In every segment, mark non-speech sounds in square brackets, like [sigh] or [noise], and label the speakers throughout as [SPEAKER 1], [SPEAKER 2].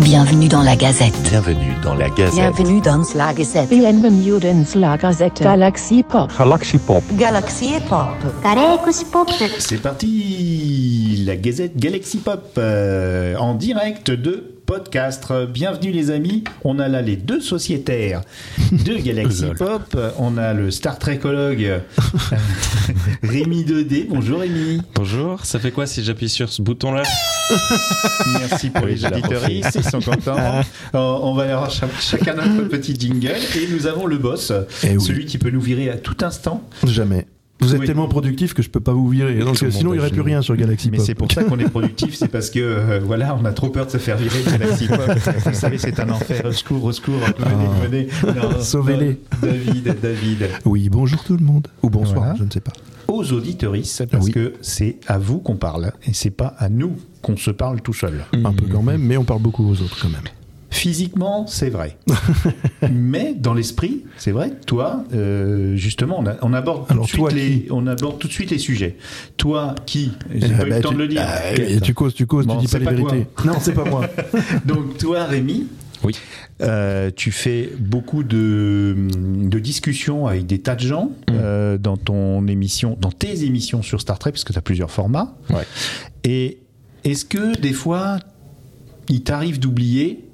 [SPEAKER 1] Bienvenue dans la Gazette.
[SPEAKER 2] Bienvenue dans la Gazette.
[SPEAKER 1] Bienvenue dans la Gazette.
[SPEAKER 3] Bienvenue dans la Gazette Galaxy Pop.
[SPEAKER 4] Galaxy Pop.
[SPEAKER 1] Galaxy et Pop.
[SPEAKER 5] C'est parti La Gazette Galaxy Pop euh, en direct de podcast. Bienvenue les amis, on a là les deux sociétaires
[SPEAKER 4] [laughs]
[SPEAKER 5] de Galaxy
[SPEAKER 4] Lol.
[SPEAKER 5] Pop. On a le Star Trekologue
[SPEAKER 4] [laughs]
[SPEAKER 5] Rémi 2D. Bonjour Rémi.
[SPEAKER 6] Bonjour, ça fait quoi si j'appuie sur ce bouton-là
[SPEAKER 5] Merci pour les auditeurs. Ils
[SPEAKER 4] [laughs]
[SPEAKER 5] sont contents. Euh, On va avoir cha- chacun notre petit jingle et nous avons le boss,
[SPEAKER 4] Eh oui.
[SPEAKER 5] celui qui peut nous virer à tout instant.
[SPEAKER 4] Jamais. Vous êtes
[SPEAKER 5] Oui.
[SPEAKER 4] tellement productif que je peux pas vous virer. Donc,
[SPEAKER 6] Tout le
[SPEAKER 4] sinon,
[SPEAKER 6] monde
[SPEAKER 4] il n'y aurait
[SPEAKER 6] est
[SPEAKER 4] plus
[SPEAKER 6] génial.
[SPEAKER 4] rien sur Galaxy
[SPEAKER 5] Mais
[SPEAKER 4] Pop.
[SPEAKER 5] c'est pour ça qu'on est productif, c'est parce que euh, voilà, on a trop peur de se faire virer de
[SPEAKER 4] [laughs]
[SPEAKER 5] Galaxy Pop. Vous savez, c'est un enfer. Au secours, au secours. Venez, venez. Non,
[SPEAKER 4] Ah. Sauvez-les.
[SPEAKER 5] non, David, David.
[SPEAKER 4] Oui, bonjour tout le monde. Ou bonsoir,
[SPEAKER 5] Voilà.
[SPEAKER 4] je ne sais pas.
[SPEAKER 5] Aux auditeuristes, parce
[SPEAKER 4] Oui.
[SPEAKER 5] que c'est à vous qu'on parle et c'est pas à nous qu'on se parle tout seul.
[SPEAKER 4] Un peu quand même, mais on parle beaucoup aux autres quand même.
[SPEAKER 5] Physiquement,
[SPEAKER 4] [laughs]
[SPEAKER 5] c'est vrai. Mais dans l'esprit, c'est vrai, toi, euh, justement, on, a- on aborde tout de
[SPEAKER 4] Alors,
[SPEAKER 5] suite
[SPEAKER 4] toi
[SPEAKER 5] les,
[SPEAKER 4] qui
[SPEAKER 5] on aborde tout de suite les sujets. Toi, qui J'ai
[SPEAKER 4] Eh
[SPEAKER 5] pas eu
[SPEAKER 4] bah,
[SPEAKER 5] le temps
[SPEAKER 4] tu-
[SPEAKER 5] de le dire.
[SPEAKER 4] Ah, et tu causes, tu causes,
[SPEAKER 5] Bon,
[SPEAKER 4] tu dis
[SPEAKER 5] c'est
[SPEAKER 4] pas les
[SPEAKER 5] pas toi.
[SPEAKER 4] vérités. Non, c'est pas moi.
[SPEAKER 5] Donc, toi, Rémi,
[SPEAKER 6] Oui.
[SPEAKER 5] euh, tu fais beaucoup de, de discussions avec des tas de gens
[SPEAKER 6] Mmh.
[SPEAKER 5] euh, dans ton émission, dans tes émissions sur Star Trek, parce que tu as plusieurs formats.
[SPEAKER 6] Ouais.
[SPEAKER 5] Et est-ce que des fois, il t'arrive d'oublier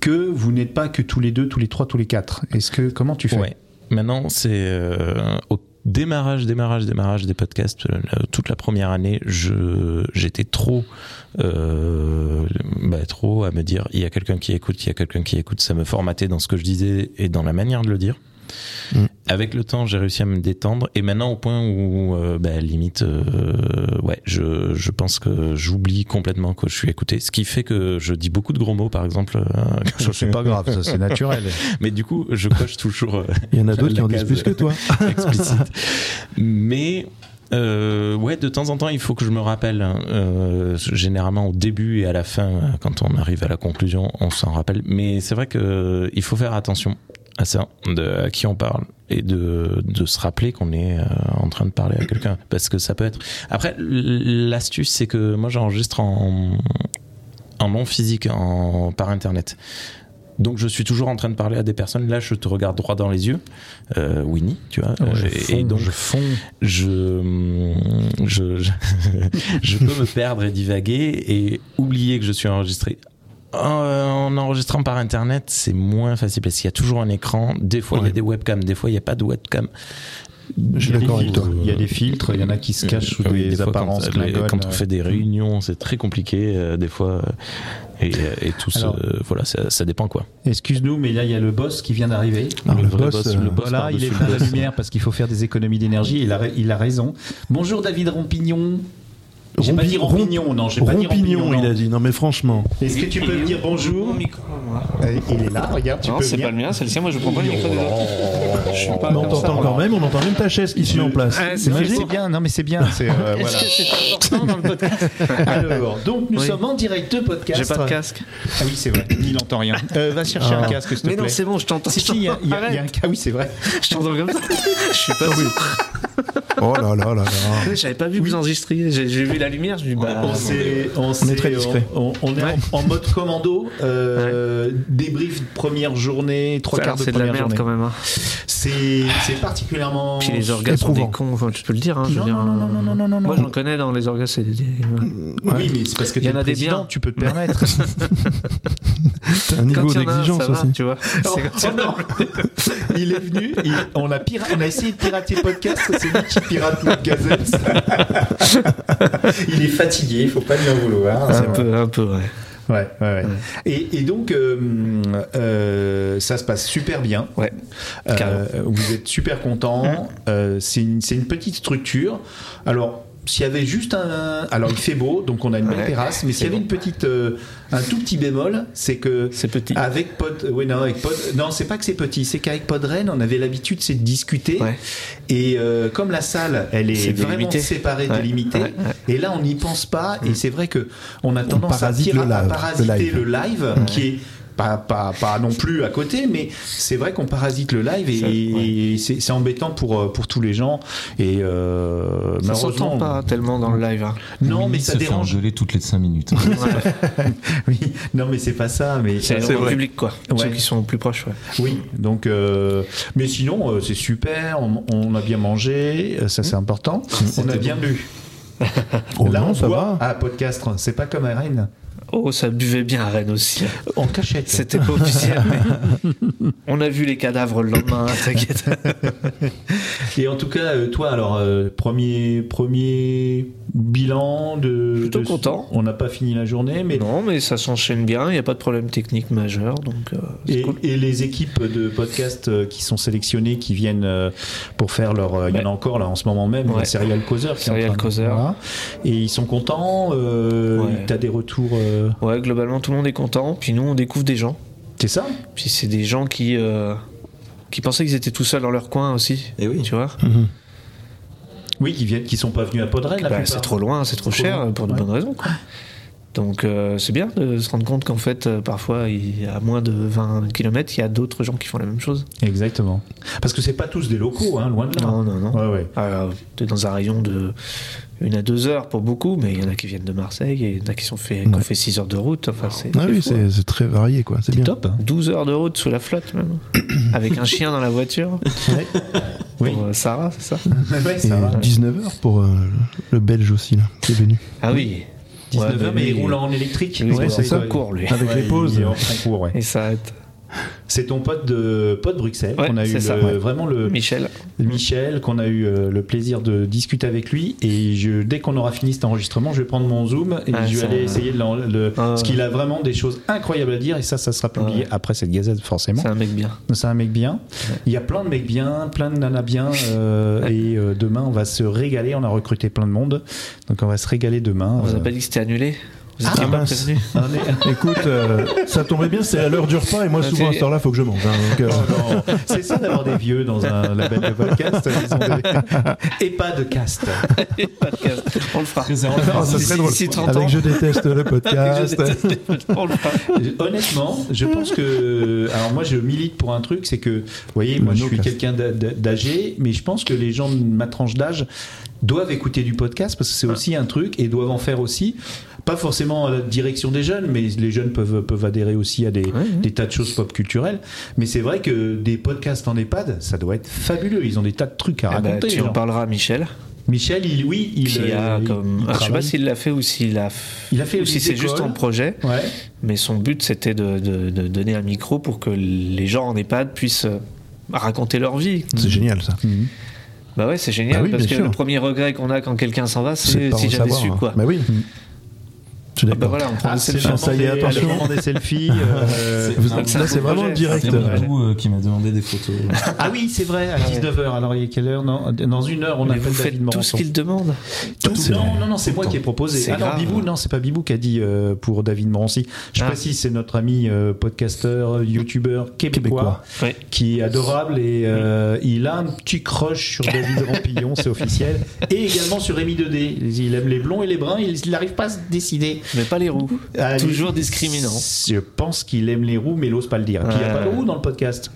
[SPEAKER 5] que vous n'êtes pas que tous les deux, tous les trois, tous les quatre Est-ce que comment tu fais
[SPEAKER 6] Ouais. Maintenant, c'est euh, au démarrage, démarrage, démarrage des podcasts. euh, toute la première année, je j'étais trop, euh, bah, trop à me dire il y a quelqu'un qui écoute, il y a quelqu'un qui écoute. Ça me formatait dans ce que je disais et dans la manière de le dire.
[SPEAKER 4] Mm.
[SPEAKER 6] Avec le temps, j'ai réussi à me détendre et maintenant au point où, euh, bah, limite, euh, ouais, je, je pense que j'oublie complètement que je suis écouté. Ce qui fait que je dis beaucoup de gros mots, par exemple. euh,
[SPEAKER 5] Ça, c'est pas grave, ça c'est [laughs] naturel.
[SPEAKER 6] Mais du coup, je coche toujours euh,
[SPEAKER 4] [laughs]
[SPEAKER 6] [laughs]
[SPEAKER 4] Il y en a d'autres qui
[SPEAKER 5] La
[SPEAKER 4] en disent
[SPEAKER 5] case.
[SPEAKER 4] plus que toi.
[SPEAKER 6] explicite. Mais euh, ouais, de temps en temps, il faut que je me rappelle. hein, euh, généralement, au début et à la fin, euh, quand on arrive à la conclusion, on s'en rappelle. Mais c'est vrai que euh, il faut faire attention à ça, de à qui on parle et de, de se rappeler qu'on est euh, en train de parler à quelqu'un, parce que ça peut être. Après, l- l'astuce, c'est que moi, j'enregistre en en non physique, en par internet. Donc je suis toujours en train de parler à des personnes. Là, je te regarde droit dans les yeux, euh, Winnie, tu vois.
[SPEAKER 5] Ah
[SPEAKER 6] Euh, et- et donc
[SPEAKER 5] fonds.
[SPEAKER 6] je, mm, je, [laughs] je, je peux me perdre et divaguer et oublier que je suis enregistré. Euh, En enregistrant par internet, c'est moins facile parce qu'il y a toujours un écran. Des fois, il y
[SPEAKER 4] Ouais.
[SPEAKER 6] a des webcams, des fois, il n'y a pas de webcam.
[SPEAKER 4] Je suis
[SPEAKER 5] Il y a
[SPEAKER 4] d'accord
[SPEAKER 5] des
[SPEAKER 4] avec toi.
[SPEAKER 5] filtres, Il y a des filtres, il y en a qui se cachent sous
[SPEAKER 6] Euh, Oui,
[SPEAKER 5] des,
[SPEAKER 6] fois,
[SPEAKER 5] apparences.
[SPEAKER 6] Quand, les-
[SPEAKER 5] Klingon,
[SPEAKER 6] quand on
[SPEAKER 5] euh,
[SPEAKER 6] fait des réunions, c'est très compliqué euh, des fois. euh, Et, et tout ce-
[SPEAKER 5] Alors-
[SPEAKER 6] voilà, ça, ça dépend quoi.
[SPEAKER 5] Excuse-nous, mais là il y a le boss qui vient d'arriver.
[SPEAKER 4] Ah, le
[SPEAKER 6] vrai
[SPEAKER 4] boss, euh,
[SPEAKER 6] le boss
[SPEAKER 5] Voilà, il
[SPEAKER 6] par-dessus
[SPEAKER 5] est
[SPEAKER 6] le
[SPEAKER 5] à la
[SPEAKER 6] boss.
[SPEAKER 5] lumière parce qu'il faut faire des économies d'énergie. Il a, ra- il a raison. Bonjour David Rompignon. J'ai pas
[SPEAKER 4] Rompi-
[SPEAKER 5] dit Rompignon, non, j'ai pas dit Rompignon.
[SPEAKER 4] Rompignon, il
[SPEAKER 5] non.
[SPEAKER 4] a dit. Non, mais franchement.
[SPEAKER 5] Est-ce que tu peux me dire bonjour Euh, Il est là, regarde, tu
[SPEAKER 7] Non,
[SPEAKER 5] peux
[SPEAKER 7] c'est
[SPEAKER 5] venir. Oh.
[SPEAKER 7] pas le mien, c'est le sien. Moi, je prends pas le micro des autres. Je suis pas
[SPEAKER 4] Mais on
[SPEAKER 7] comme ça,
[SPEAKER 4] t'entend
[SPEAKER 7] moi.
[SPEAKER 4] quand même, on entend même ta chaise qui se met en place.
[SPEAKER 7] Ah, c'est
[SPEAKER 4] Imagine.
[SPEAKER 5] C'est bien, non mais c'est bien. c'est, euh, voilà.
[SPEAKER 7] Est-ce que c'est
[SPEAKER 5] [laughs]
[SPEAKER 7] important dans le podcast
[SPEAKER 5] Alors, donc nous
[SPEAKER 7] Oui.
[SPEAKER 5] sommes en direct de podcast.
[SPEAKER 7] J'ai pas de casque.
[SPEAKER 5] Ah oui, c'est vrai, il n'entend rien. Euh, va chercher un casque, s'il te
[SPEAKER 7] Mais
[SPEAKER 5] plaît.
[SPEAKER 7] non, c'est bon, je t'entends.
[SPEAKER 5] Si, si, il y a, il y a- il y a un
[SPEAKER 7] Arrête,
[SPEAKER 5] cas, oui, c'est vrai.
[SPEAKER 7] je
[SPEAKER 5] [laughs]
[SPEAKER 7] t'entends comme ça. Je suis pas sûr.
[SPEAKER 4] Oh là
[SPEAKER 7] [laughs]
[SPEAKER 4] là là là.
[SPEAKER 7] J'avais pas vu que vous enregistriez. J'ai j'ai vu la lumière, je me dis, bah.
[SPEAKER 5] on, s'est- on s'est-
[SPEAKER 4] très discret.
[SPEAKER 5] On, on est
[SPEAKER 7] Ouais.
[SPEAKER 5] en, en mode commando, euh, débrief de première journée, trois
[SPEAKER 7] Alors,
[SPEAKER 5] quarts de
[SPEAKER 7] c'est de la
[SPEAKER 5] première
[SPEAKER 7] merde
[SPEAKER 5] journée.
[SPEAKER 7] quand même. hein.
[SPEAKER 5] C'est c'est particulièrement.
[SPEAKER 7] Puis les orgas sont des
[SPEAKER 4] éprouvant.
[SPEAKER 7] cons, enfin, je peux le dire. hein, je veux
[SPEAKER 5] Non,
[SPEAKER 7] dire,
[SPEAKER 5] non, non, non,
[SPEAKER 7] euh,
[SPEAKER 5] non, non, non,
[SPEAKER 7] Moi,
[SPEAKER 5] non.
[SPEAKER 7] j'en connais dans les orgas, c'est des. des-
[SPEAKER 5] Oui, mais c'est parce que
[SPEAKER 7] Il y
[SPEAKER 5] t'es
[SPEAKER 7] en a
[SPEAKER 5] le
[SPEAKER 7] des
[SPEAKER 5] président,
[SPEAKER 7] biens.
[SPEAKER 5] tu peux te
[SPEAKER 7] [laughs]
[SPEAKER 5] permettre.
[SPEAKER 4] T'as un niveau
[SPEAKER 7] Quand il y en a un,
[SPEAKER 4] d'exigence
[SPEAKER 7] ça va,
[SPEAKER 4] aussi.
[SPEAKER 5] [laughs]
[SPEAKER 7] tu vois. C'est comme ça.
[SPEAKER 5] Oh, non. Il est venu, il- on, a pira- on a essayé de pirater le podcast, c'est lui qui pirate notre gazette. il est fatigué, il faut pas lui en vouloir.
[SPEAKER 7] Un peu, un peu, ouais.
[SPEAKER 5] Ah, Ouais, ouais, ouais. Et, et donc, euh, euh, ça se passe super bien.
[SPEAKER 7] Ouais.
[SPEAKER 5] Euh,
[SPEAKER 7] Carrément.
[SPEAKER 5] vous êtes super content. Euh, c'est une, c'est une petite structure. Alors. S'il y avait juste un, alors il fait beau, donc on a une belle
[SPEAKER 7] Ouais.
[SPEAKER 5] terrasse. Mais s'il y avait
[SPEAKER 7] bon.
[SPEAKER 5] une petite, euh, un tout petit bémol, c'est que
[SPEAKER 7] C'est petit.
[SPEAKER 5] avec Pod, ouais, non, avec Pod, non, c'est pas que c'est petit, c'est qu'avec Podren, on avait l'habitude c'est de discuter.
[SPEAKER 7] Ouais.
[SPEAKER 5] Et euh, comme la salle, elle est,
[SPEAKER 7] C'est
[SPEAKER 5] vraiment
[SPEAKER 7] délimité.
[SPEAKER 5] séparée,
[SPEAKER 7] Ouais,
[SPEAKER 5] délimitée.
[SPEAKER 7] ouais, Mm.
[SPEAKER 5] Et là, on n'y pense pas. Et c'est vrai que on a tendance à,
[SPEAKER 4] parasite
[SPEAKER 5] tirer-
[SPEAKER 4] le
[SPEAKER 5] à
[SPEAKER 4] live,
[SPEAKER 5] parasiter
[SPEAKER 4] le live.
[SPEAKER 5] le live, qui est pas, pas, pas non plus à côté, mais c'est vrai qu'on parasite le live
[SPEAKER 7] Ça,
[SPEAKER 5] et,
[SPEAKER 7] ouais.
[SPEAKER 5] et c'est c'est embêtant pour, euh, pour tous les gens. Et euh,
[SPEAKER 7] Ça
[SPEAKER 5] malheureusement-
[SPEAKER 7] s'entend pas tellement dans le live. hein.
[SPEAKER 5] Non,
[SPEAKER 2] Mimi
[SPEAKER 5] mais ça
[SPEAKER 2] se fait
[SPEAKER 5] dérange.
[SPEAKER 2] engueuler toutes les 5 minutes.
[SPEAKER 5] [laughs] Oui, non, mais c'est pas ça. Mais
[SPEAKER 7] C'est
[SPEAKER 5] Alors,
[SPEAKER 7] c'est au public, quoi.
[SPEAKER 5] Ouais.
[SPEAKER 7] Ceux qui sont plus proches, ouais.
[SPEAKER 5] Oui, donc, euh, mais sinon, euh, c'est super, on, on a bien mangé, euh, ça c'est important, on a bien bu.
[SPEAKER 4] Oh
[SPEAKER 5] Là,
[SPEAKER 4] non,
[SPEAKER 5] on
[SPEAKER 4] ça
[SPEAKER 5] boit
[SPEAKER 4] va.
[SPEAKER 5] à podcast, c'est pas comme à Rennes.
[SPEAKER 7] Oh, ça buvait bien à Rennes aussi.
[SPEAKER 5] En cachette.
[SPEAKER 7] C'était pas officiel, mais on a vu les cadavres
[SPEAKER 5] [laughs]
[SPEAKER 7] le lendemain, t'inquiète.
[SPEAKER 5] Et en tout cas, euh, toi, alors, euh, premier, premier bilan de.
[SPEAKER 7] Plutôt
[SPEAKER 5] de-
[SPEAKER 7] content.
[SPEAKER 5] On n'a pas fini la journée, mais.
[SPEAKER 7] Non, mais ça s'enchaîne bien, il n'y a pas de problème technique majeur, donc euh, c'est
[SPEAKER 5] Et,
[SPEAKER 7] cool.
[SPEAKER 5] et les équipes de podcast euh, qui sont sélectionnées, qui viennent euh, pour faire leur. euh, Il y en a encore là en ce moment même,
[SPEAKER 7] Ouais.
[SPEAKER 5] les Serial Causeur. qui est en
[SPEAKER 7] Serial
[SPEAKER 5] train de-
[SPEAKER 7] Causer.
[SPEAKER 5] voilà. Et ils sont contents. Euh,
[SPEAKER 7] Ouais.
[SPEAKER 5] T'as des retours. euh,
[SPEAKER 7] Ouais, globalement, tout le monde est content, puis nous, on découvre des gens.
[SPEAKER 5] C'est ça
[SPEAKER 7] Puis c'est des gens qui, euh, qui pensaient qu'ils étaient tout seuls dans leur coin aussi.
[SPEAKER 2] Eh oui.
[SPEAKER 7] Tu vois
[SPEAKER 4] Mhm.
[SPEAKER 5] Oui, qui viennent, qui sont pas venus à Podren. la
[SPEAKER 7] Bah,
[SPEAKER 5] plupart.
[SPEAKER 7] c'est trop loin, c'est trop
[SPEAKER 5] Trop
[SPEAKER 7] cher
[SPEAKER 5] loin,
[SPEAKER 7] pour de
[SPEAKER 5] ouais.
[SPEAKER 7] bonnes raisons. quoi. Donc euh, c'est bien de se rendre compte qu'en fait, euh, parfois, il- à moins de 20 km, il y a d'autres gens qui font la même chose.
[SPEAKER 5] Exactement. Parce que c'est pas tous des locaux, hein, loin de là.
[SPEAKER 7] Non, non, non.
[SPEAKER 5] Ouais, ouais.
[SPEAKER 7] Alors, Euh, t'es dans un rayon de une à deux heures pour beaucoup, mais il y en a qui viennent de Marseille, et il y en a qui, sont fait, qui ont
[SPEAKER 4] Ouais.
[SPEAKER 7] fait 6 heures de route. Enfin, c'est
[SPEAKER 4] Ah oui,
[SPEAKER 7] fou, hein.
[SPEAKER 4] c'est c'est très varié, quoi. C'est bien.
[SPEAKER 5] Top.
[SPEAKER 7] 12 heures de route sous la
[SPEAKER 5] [coughs]
[SPEAKER 7] flotte, même. Avec un chien dans la voiture.
[SPEAKER 5] Oui.
[SPEAKER 7] Pour, euh, Sarah, c'est ça
[SPEAKER 5] [laughs] Ouais,
[SPEAKER 4] Et
[SPEAKER 5] ça va.
[SPEAKER 4] 19h pour euh, le Belge aussi, là, qui est venu.
[SPEAKER 7] Ah oui.
[SPEAKER 5] 19
[SPEAKER 7] Ouais,
[SPEAKER 5] mais, il
[SPEAKER 7] lui,
[SPEAKER 5] roule en électrique.
[SPEAKER 7] lui,
[SPEAKER 5] Ouais,
[SPEAKER 7] il
[SPEAKER 5] c'est
[SPEAKER 7] est en
[SPEAKER 5] ça.
[SPEAKER 7] cours, lui.
[SPEAKER 4] Avec
[SPEAKER 5] Ouais,
[SPEAKER 4] les pauses.
[SPEAKER 5] il est en concours, ouais.
[SPEAKER 7] Et ça euh, arrête.
[SPEAKER 5] C'est ton pote de pote Bruxelles.
[SPEAKER 7] Ouais,
[SPEAKER 5] on a eu
[SPEAKER 7] c'est ça,
[SPEAKER 5] le-
[SPEAKER 7] ouais.
[SPEAKER 5] vraiment le
[SPEAKER 7] Michel.
[SPEAKER 5] Michel qu'on a eu euh, le plaisir de discuter avec lui. Et je, dès qu'on aura fini cet enregistrement, je vais prendre mon zoom et
[SPEAKER 7] Ah,
[SPEAKER 5] je vais
[SPEAKER 7] ça-
[SPEAKER 5] aller essayer de l'en- le-
[SPEAKER 7] Ah,
[SPEAKER 5] parce
[SPEAKER 7] ouais. Ah,
[SPEAKER 5] qu'il a vraiment des choses incroyables à dire. Et ça, ça sera publié
[SPEAKER 7] Ouais.
[SPEAKER 5] après cette gazette forcément.
[SPEAKER 7] C'est un mec bien.
[SPEAKER 5] C'est un mec bien. Il y a plein de mecs bien, plein de nanas
[SPEAKER 7] [laughs]
[SPEAKER 5] bien. euh,
[SPEAKER 7] Ouais.
[SPEAKER 5] Et euh, demain, on va se régaler. On a recruté plein de monde. Donc, on va se régaler demain.
[SPEAKER 7] On vous
[SPEAKER 5] Euh,
[SPEAKER 7] a pas dit que c'était annulé Vous
[SPEAKER 4] Ah,
[SPEAKER 7] étiez pas
[SPEAKER 4] mince.
[SPEAKER 5] [laughs]
[SPEAKER 7] prévenu
[SPEAKER 5] on
[SPEAKER 7] [laughs]
[SPEAKER 4] [laughs]
[SPEAKER 5] est-
[SPEAKER 4] Écoute, euh, ça tombait bien, c'est à l'heure du repas, et moi,
[SPEAKER 7] Ah,
[SPEAKER 4] souvent, à
[SPEAKER 7] t'es-
[SPEAKER 4] cette heure-là, faut que je mange. hein, donc, euh,
[SPEAKER 5] Oh non. C'est ça d'avoir des vieux dans un label de podcast. Ils ont
[SPEAKER 7] [laughs]
[SPEAKER 5] des- Et pas de cast.
[SPEAKER 7] Podcast. On le [laughs] fera.
[SPEAKER 4] ah, ça serait drôle.
[SPEAKER 7] Si 30 ans,
[SPEAKER 4] [laughs] Avec Je déteste le podcast.
[SPEAKER 5] [laughs]
[SPEAKER 7] on le fera.
[SPEAKER 5] Honnêtement, je pense que. Alors, moi, je milite pour un truc, c'est que, vous voyez, moi,
[SPEAKER 4] Le
[SPEAKER 5] je suis
[SPEAKER 4] no-cast.
[SPEAKER 5] quelqu'un d'a- d'a- d'âgé, mais je pense que les gens de ma tranche d'âge doivent écouter du podcast parce que c'est aussi un truc et doivent en faire aussi. Pas forcément à la direction des jeunes, mais les jeunes peuvent, peuvent adhérer aussi à des, des tas de choses pop culturelles. Mais c'est vrai que des podcasts en EHPAD, ça doit être fabuleux. Ils ont des tas de trucs à
[SPEAKER 7] Eh ben,
[SPEAKER 5] raconter. les
[SPEAKER 7] tu en
[SPEAKER 5] gens.
[SPEAKER 7] parleras à Michel,
[SPEAKER 5] Michel, il, oui, il, euh,
[SPEAKER 7] qui a
[SPEAKER 5] il-
[SPEAKER 7] comme.
[SPEAKER 5] il
[SPEAKER 7] Ah, je sais pas
[SPEAKER 5] travaille.
[SPEAKER 7] s'il l'a fait ou s'il a. f-
[SPEAKER 5] Il a fait
[SPEAKER 7] ou si
[SPEAKER 5] des
[SPEAKER 7] c'est juste
[SPEAKER 5] écoles.
[SPEAKER 7] en projet,
[SPEAKER 5] Ouais.
[SPEAKER 7] mais son but c'était de, de- de donner un micro pour que les gens en EHPAD puissent euh, raconter leur vie.
[SPEAKER 4] C'est génial, ça.
[SPEAKER 7] Bah ouais, c'est génial
[SPEAKER 4] Bah oui,
[SPEAKER 7] parce que
[SPEAKER 4] bien sûr.
[SPEAKER 7] le premier regret qu'on a quand quelqu'un s'en va,
[SPEAKER 4] C'est de
[SPEAKER 7] c'est
[SPEAKER 4] pas
[SPEAKER 7] si
[SPEAKER 4] en
[SPEAKER 7] j'avais
[SPEAKER 4] savoir,
[SPEAKER 7] su
[SPEAKER 4] hein.
[SPEAKER 7] quoi.
[SPEAKER 4] Bah oui. Je suis
[SPEAKER 7] Ah bah
[SPEAKER 4] d'accord.
[SPEAKER 7] voilà, on prend
[SPEAKER 5] Ah,
[SPEAKER 7] des
[SPEAKER 5] c'est le
[SPEAKER 7] selfies.
[SPEAKER 5] moment
[SPEAKER 4] ça y
[SPEAKER 5] des-
[SPEAKER 4] est, attention.
[SPEAKER 5] le moment des selfies.
[SPEAKER 7] [laughs]
[SPEAKER 5] euh,
[SPEAKER 2] C'est-
[SPEAKER 4] Vous-
[SPEAKER 2] Ah,
[SPEAKER 4] là, c'est vraiment
[SPEAKER 7] projet,
[SPEAKER 4] direct.
[SPEAKER 2] C'est Mamadou euh, qui m'a demandé des photos.
[SPEAKER 5] Ah oui, c'est vrai, à 19h. Alors, il est quelle heure non, Dans une heure, on
[SPEAKER 7] Mais
[SPEAKER 5] appelle
[SPEAKER 7] vous
[SPEAKER 5] David
[SPEAKER 7] faites tout ce
[SPEAKER 5] Morançon.
[SPEAKER 7] qu'il demande.
[SPEAKER 5] Tout-
[SPEAKER 4] C'est
[SPEAKER 5] non,
[SPEAKER 4] vrai.
[SPEAKER 5] non, non, c'est moi qui ai proposé.
[SPEAKER 7] C'est
[SPEAKER 5] Ah non,
[SPEAKER 7] grave.
[SPEAKER 5] Bibou, non, c'est pas Bibou qui a dit euh, pour David Morancy. Je
[SPEAKER 7] Ah.
[SPEAKER 5] précise, c'est notre ami euh, podcasteur, youtubeur québécois,
[SPEAKER 4] Québécois.
[SPEAKER 7] Oui.
[SPEAKER 5] qui est adorable et euh, il a un petit crush sur
[SPEAKER 7] [laughs]
[SPEAKER 5] David Rampillon, c'est officiel, et également sur Rémi 2D. Il aime les blonds et les bruns, il n'arrive pas à se décider.
[SPEAKER 7] Mais pas les roues.
[SPEAKER 5] Ah,
[SPEAKER 7] Toujours
[SPEAKER 5] il-
[SPEAKER 7] discriminant.
[SPEAKER 5] Je pense qu'il aime les roues, mais il n'ose pas le dire. Et Puis il n'y a
[SPEAKER 7] Ouais.
[SPEAKER 5] pas de roues dans le podcast.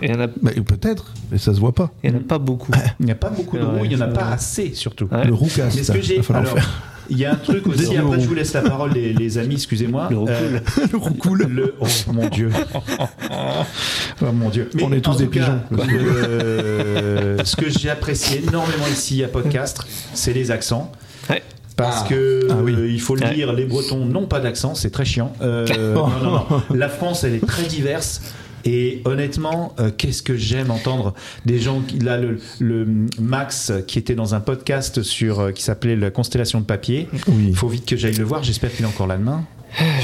[SPEAKER 7] Il y en a,
[SPEAKER 4] Bah, Peut-être, [laughs] mais ça se voit pas.
[SPEAKER 7] il y en a pas beaucoup.
[SPEAKER 4] Ah,
[SPEAKER 7] Ah,
[SPEAKER 5] Il n'y a pas beaucoup de
[SPEAKER 7] Ouais,
[SPEAKER 5] roues, il n'y en a
[SPEAKER 7] c'est
[SPEAKER 5] pas
[SPEAKER 7] vrai. Ah,
[SPEAKER 5] assez surtout.
[SPEAKER 7] Ouais.
[SPEAKER 4] Le roucast,
[SPEAKER 5] Mais ce que j'ai.
[SPEAKER 4] va falloir
[SPEAKER 5] alors,
[SPEAKER 4] faire.
[SPEAKER 5] Il y a un
[SPEAKER 7] [laughs]
[SPEAKER 5] truc aussi,
[SPEAKER 4] Dédié au
[SPEAKER 5] après je
[SPEAKER 4] roux.
[SPEAKER 5] vous laisse la parole, les, les amis, excusez-moi. Euh,
[SPEAKER 7] Le roucoule.
[SPEAKER 5] le le- oh mon [laughs] dieu. Oh mon dieu.
[SPEAKER 4] On est tous
[SPEAKER 5] en
[SPEAKER 4] des
[SPEAKER 5] tout cas,
[SPEAKER 4] pigeons.
[SPEAKER 5] euh, ce que j'ai apprécié énormément ici à Podcast, c'est les accents.
[SPEAKER 7] Ouais.
[SPEAKER 5] Parce que
[SPEAKER 4] Ah oui.
[SPEAKER 5] euh, il faut le
[SPEAKER 7] Ouais.
[SPEAKER 5] dire, les Bretons n'ont pas d'accent, c'est très chiant.
[SPEAKER 4] [laughs]
[SPEAKER 5] Euh, non, non, non. La France, elle est très diverse. Et honnêtement, euh, qu'est-ce que j'aime entendre des gens qui, là, le, le Max euh, qui était dans un podcast sur euh, qui s'appelait la constellation de papier.
[SPEAKER 4] Oui.
[SPEAKER 5] Il faut vite que j'aille le voir. J'espère qu'il est encore là demain.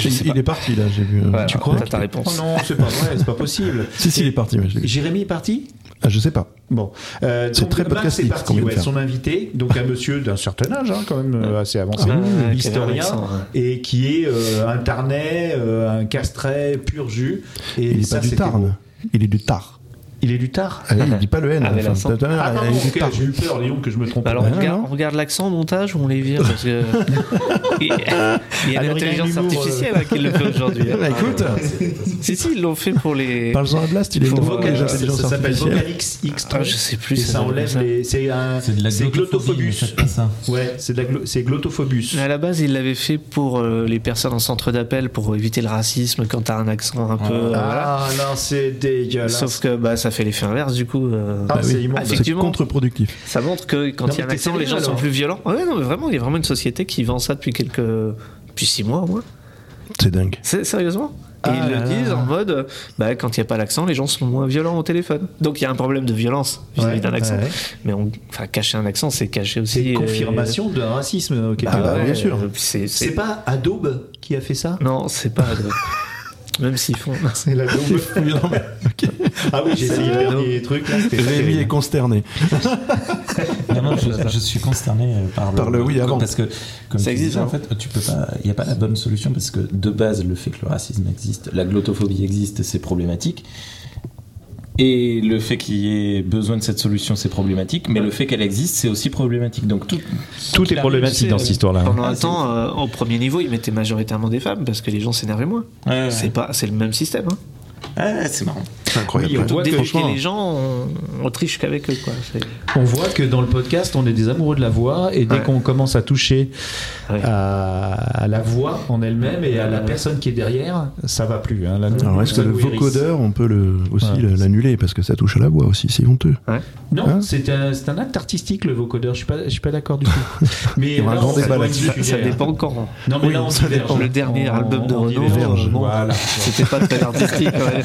[SPEAKER 4] Il, il est parti, là, j'ai vu. euh,
[SPEAKER 7] Voilà,
[SPEAKER 4] tu crois
[SPEAKER 7] T'as ta
[SPEAKER 5] Oh
[SPEAKER 7] réponse.
[SPEAKER 5] non, c'est pas vrai, c'est pas possible.
[SPEAKER 4] [laughs] Si, si, il est parti. ouais, j'ai vu.
[SPEAKER 5] Jérémy est parti
[SPEAKER 4] Ah, je sais pas.
[SPEAKER 5] Bon, euh,
[SPEAKER 4] C'est
[SPEAKER 5] donc,
[SPEAKER 4] très
[SPEAKER 5] Marc,
[SPEAKER 4] podcastique,
[SPEAKER 5] c'est
[SPEAKER 4] ce
[SPEAKER 5] parti,
[SPEAKER 4] qu'on vient de
[SPEAKER 5] ouais,
[SPEAKER 4] faire.
[SPEAKER 5] son invité, donc un monsieur d'un certain âge, hein, quand même euh, assez avancé,
[SPEAKER 7] Ah, ouais, quel
[SPEAKER 5] historien,
[SPEAKER 7] accent, hein. ouais.
[SPEAKER 5] et qui est euh, un Tarnais, euh, un Castrais pur jus. Et
[SPEAKER 4] Il est
[SPEAKER 5] ça,
[SPEAKER 4] pas du
[SPEAKER 5] c'était beau.
[SPEAKER 4] Tarn. Il est du Tar.
[SPEAKER 5] Il est du tard
[SPEAKER 4] Allez, il dit pas le N. à la
[SPEAKER 7] Avec
[SPEAKER 4] fin.
[SPEAKER 7] l'accent.
[SPEAKER 4] Tout à l'heure,
[SPEAKER 5] Ah,
[SPEAKER 4] il
[SPEAKER 5] pardon,
[SPEAKER 4] dit
[SPEAKER 5] ok,
[SPEAKER 4] tard.
[SPEAKER 5] j'ai eu peur, Léon, que je me trompe.
[SPEAKER 7] Bah alors,
[SPEAKER 4] Ah, Non,
[SPEAKER 7] on regarde,
[SPEAKER 4] non.
[SPEAKER 7] on regarde l'accent au montage ou on les vire
[SPEAKER 4] [laughs]
[SPEAKER 7] Parce que. il y a- il y
[SPEAKER 4] Ah,
[SPEAKER 7] a
[SPEAKER 5] Alors, il y a
[SPEAKER 7] l'intelligence
[SPEAKER 5] un humour,
[SPEAKER 7] artificielle hein, qui le fait aujourd'hui.
[SPEAKER 4] euh. [laughs] Bah, écoute,
[SPEAKER 5] euh,
[SPEAKER 7] Si, si, ils l'ont fait pour les.
[SPEAKER 4] parle-en à Blast, il est
[SPEAKER 7] Faut
[SPEAKER 4] bon,
[SPEAKER 7] vocal-
[SPEAKER 4] les
[SPEAKER 5] Vocal-
[SPEAKER 4] intelligences
[SPEAKER 5] ça s'appelle
[SPEAKER 4] artificielles.
[SPEAKER 5] Vocalix x
[SPEAKER 7] Ah, je sais plus.
[SPEAKER 5] Et ça enlève les. C'est un.
[SPEAKER 2] C'est de la
[SPEAKER 5] C'est
[SPEAKER 2] glottophobie, mais
[SPEAKER 5] glottophobus.
[SPEAKER 2] faites pas ça.
[SPEAKER 5] Ouais, c'est de la glo- c'est glottophobus.
[SPEAKER 7] À la base, ils l'avaient fait pour euh, les personnes en centre d'appel pour éviter le racisme quand t'as un accent un peu. euh, voilà.
[SPEAKER 5] Ah non, c'est dégueulasse.
[SPEAKER 7] Sauf que bah, ça fait l'effet inverse du coup. euh,
[SPEAKER 5] Ah,
[SPEAKER 4] Bah
[SPEAKER 5] c'est
[SPEAKER 4] oui,
[SPEAKER 5] immonde.
[SPEAKER 4] C'est
[SPEAKER 7] Effectivement.
[SPEAKER 4] contre-productif.
[SPEAKER 7] Ça montre que quand
[SPEAKER 5] Non,
[SPEAKER 7] il y a un
[SPEAKER 5] mais t'es
[SPEAKER 7] accent, les gens
[SPEAKER 5] sérieux,
[SPEAKER 7] sont
[SPEAKER 5] alors
[SPEAKER 7] plus violents. Ouais, non, mais vraiment, il y a vraiment une société qui vend ça depuis quelques. depuis six mois au moins.
[SPEAKER 4] C'est dingue.
[SPEAKER 7] C'est- Sérieusement et
[SPEAKER 5] Ah
[SPEAKER 7] ils le
[SPEAKER 5] là
[SPEAKER 7] disent
[SPEAKER 5] là.
[SPEAKER 7] en mode, euh, bah, quand il n'y a pas l'accent, les gens sont moins violents au téléphone. Donc il y a un problème de violence vis-à-vis
[SPEAKER 5] Ouais,
[SPEAKER 7] d'un accent.
[SPEAKER 5] ouais.
[SPEAKER 7] Mais on, enfin, cacher un accent, c'est cacher
[SPEAKER 5] C'est
[SPEAKER 7] aussi.
[SPEAKER 5] une
[SPEAKER 7] euh,
[SPEAKER 5] confirmation d'un racisme. euh, quelque
[SPEAKER 7] Ah
[SPEAKER 5] part.
[SPEAKER 4] bah,
[SPEAKER 7] ouais,
[SPEAKER 4] bien sûr.
[SPEAKER 7] euh, puis C'est
[SPEAKER 5] C'est
[SPEAKER 7] c'est-
[SPEAKER 5] pas Adobe qui a fait ça
[SPEAKER 7] Non, c'est pas.
[SPEAKER 5] [laughs]
[SPEAKER 7] de- Même s'ils font.
[SPEAKER 5] C'est [laughs] l'Adobe. ah oui, j'ai essayé le dernier truc. là, c'était pas
[SPEAKER 4] Rémi
[SPEAKER 5] terrible.
[SPEAKER 4] est consterné.
[SPEAKER 2] Non, non, je, je suis consterné euh, par le,
[SPEAKER 4] Par le oui avant.
[SPEAKER 2] Parce que, comme
[SPEAKER 7] Ça
[SPEAKER 2] tu
[SPEAKER 7] existe,
[SPEAKER 2] disais,
[SPEAKER 7] hein.
[SPEAKER 2] en fait, tu peux pas, il n'y a pas la bonne solution parce que de base, le fait que le racisme existe, la glottophobie existe, c'est problématique. Et le fait qu'il y ait besoin de cette solution, c'est problématique. Mais le fait qu'elle existe, c'est aussi problématique. Donc tout,
[SPEAKER 5] Tout est problématique dans cette histoire-là.
[SPEAKER 7] Pendant
[SPEAKER 2] Ah,
[SPEAKER 7] un
[SPEAKER 2] c'est
[SPEAKER 7] temps, euh, au premier niveau, ils mettaient majoritairement des femmes parce que les gens s'énervaient moins.
[SPEAKER 6] Ouais, ouais.
[SPEAKER 7] C'est pas, c'est le même système. hein.
[SPEAKER 6] Ah, c'est marrant.
[SPEAKER 4] C'est incroyable.
[SPEAKER 5] Oui, on voit
[SPEAKER 7] Dès
[SPEAKER 5] que-
[SPEAKER 7] que les gens, on, on triche qu'avec eux. Quoi. C'est-
[SPEAKER 5] On voit que dans le podcast, on est des amoureux de la voix, et dès
[SPEAKER 7] Ouais.
[SPEAKER 5] qu'on commence à toucher
[SPEAKER 7] Ouais.
[SPEAKER 5] à, à la voix en elle-même et à la personne qui est derrière, ça va plus. hein. Là, nous-
[SPEAKER 4] Alors est-ce que
[SPEAKER 5] ça
[SPEAKER 4] le
[SPEAKER 5] nous hérisse.
[SPEAKER 4] vocodeur, on peut le, aussi
[SPEAKER 5] Ouais.
[SPEAKER 4] le- l'annuler parce que ça touche à la voix aussi, c'est honteux.
[SPEAKER 5] Non,
[SPEAKER 4] Hein
[SPEAKER 5] c'est un, c'est un acte artistique le vocodeur. Je suis pas, je suis pas
[SPEAKER 4] [laughs]
[SPEAKER 5] d'accord du tout. Mais
[SPEAKER 4] y aura un
[SPEAKER 5] là,
[SPEAKER 4] grand
[SPEAKER 5] on
[SPEAKER 4] débat
[SPEAKER 5] s'éloigne
[SPEAKER 4] là-dessus.
[SPEAKER 5] du
[SPEAKER 7] Ça
[SPEAKER 5] sujet, hein.
[SPEAKER 7] dépend quand.
[SPEAKER 5] Non, mais
[SPEAKER 4] Oui,
[SPEAKER 5] là, on
[SPEAKER 4] ça
[SPEAKER 5] diverge.
[SPEAKER 4] dépend.
[SPEAKER 7] Le dernier
[SPEAKER 5] On-
[SPEAKER 7] album de
[SPEAKER 5] on
[SPEAKER 7] Renaud,
[SPEAKER 5] diverge.
[SPEAKER 7] euh, bon,
[SPEAKER 5] Voilà.
[SPEAKER 7] c'était pas très artistique. ouais.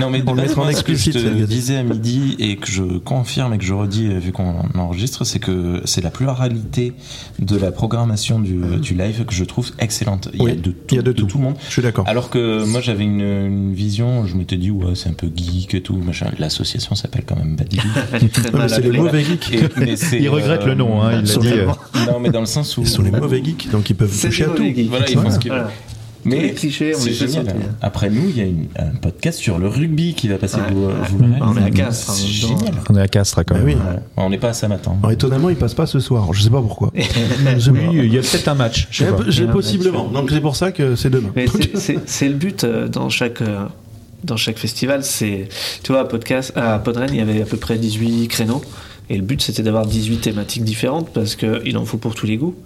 [SPEAKER 6] Non, mais
[SPEAKER 4] On le
[SPEAKER 6] de base,
[SPEAKER 4] mettra en
[SPEAKER 6] moi, ce que
[SPEAKER 4] explicite,
[SPEAKER 6] Je
[SPEAKER 4] ça, le
[SPEAKER 6] te
[SPEAKER 4] gars.
[SPEAKER 6] disais à midi et que je confirme et que je redis euh, vu qu'on enregistre, c'est que c'est la pluralité de la programmation du, euh, du live que je trouve excellente. Il y a
[SPEAKER 4] Oui,
[SPEAKER 6] de tout,
[SPEAKER 4] il y a de tout.
[SPEAKER 6] le monde.
[SPEAKER 4] Je suis d'accord.
[SPEAKER 6] Alors que moi j'avais une, une vision, je m'étais dit ouais c'est un peu geek et tout machin. L'association s'appelle quand même Bad Geek.
[SPEAKER 7] [laughs] Elle est très
[SPEAKER 4] Ouais, mais
[SPEAKER 7] mal
[SPEAKER 4] c'est les
[SPEAKER 7] appelée.
[SPEAKER 4] mauvais geeks.
[SPEAKER 6] Et- mais c'est,
[SPEAKER 5] Il regrette
[SPEAKER 6] euh,
[SPEAKER 5] le nom, hein, il l'a dit.
[SPEAKER 4] Absolument.
[SPEAKER 6] Non mais dans le sens où
[SPEAKER 4] euh. Ils sont les mauvais geeks, donc ils peuvent
[SPEAKER 7] C'est
[SPEAKER 4] toucher à
[SPEAKER 7] des
[SPEAKER 4] tout.
[SPEAKER 7] mauvais geeks.
[SPEAKER 6] Voilà, ils font
[SPEAKER 4] Voilà.
[SPEAKER 6] ce qu'ils veulent.
[SPEAKER 7] Voilà.
[SPEAKER 6] Mais
[SPEAKER 7] Tous les clichés, on
[SPEAKER 6] c'est
[SPEAKER 7] les fait
[SPEAKER 6] génial.
[SPEAKER 7] sortir.
[SPEAKER 6] Après nous, il y a une- un podcast sur le rugby qui va passer.
[SPEAKER 7] Ouais.
[SPEAKER 6] Vous, vous
[SPEAKER 7] Ouais. On est à hein,
[SPEAKER 6] Castres.
[SPEAKER 7] Castres,
[SPEAKER 6] C'est
[SPEAKER 7] en même temps.
[SPEAKER 6] génial.
[SPEAKER 5] On est à Castres quand
[SPEAKER 4] Bah
[SPEAKER 5] même.
[SPEAKER 4] oui.
[SPEAKER 6] Ouais. On n'est pas à ça maintenant.
[SPEAKER 4] Alors étonnamment, ils passent pas ce soir. Je sais pas
[SPEAKER 7] [laughs]
[SPEAKER 4] pourquoi. Je sais pas.
[SPEAKER 5] Oui, il y a peut-être un match. ben, Je sais
[SPEAKER 4] Eh,
[SPEAKER 5] pas.
[SPEAKER 4] j'ai possiblement. Donc c'est pour ça que c'est demain.
[SPEAKER 7] [laughs] Mais c'est- c'est- C'est le but euh, dans chaque. euh, Dans chaque festival, c'est. Tu vois, à, podcast, à Podren, il y avait à peu près 18 créneaux. Et le but, c'était d'avoir 18 thématiques différentes parce qu'il en faut pour tous les goûts.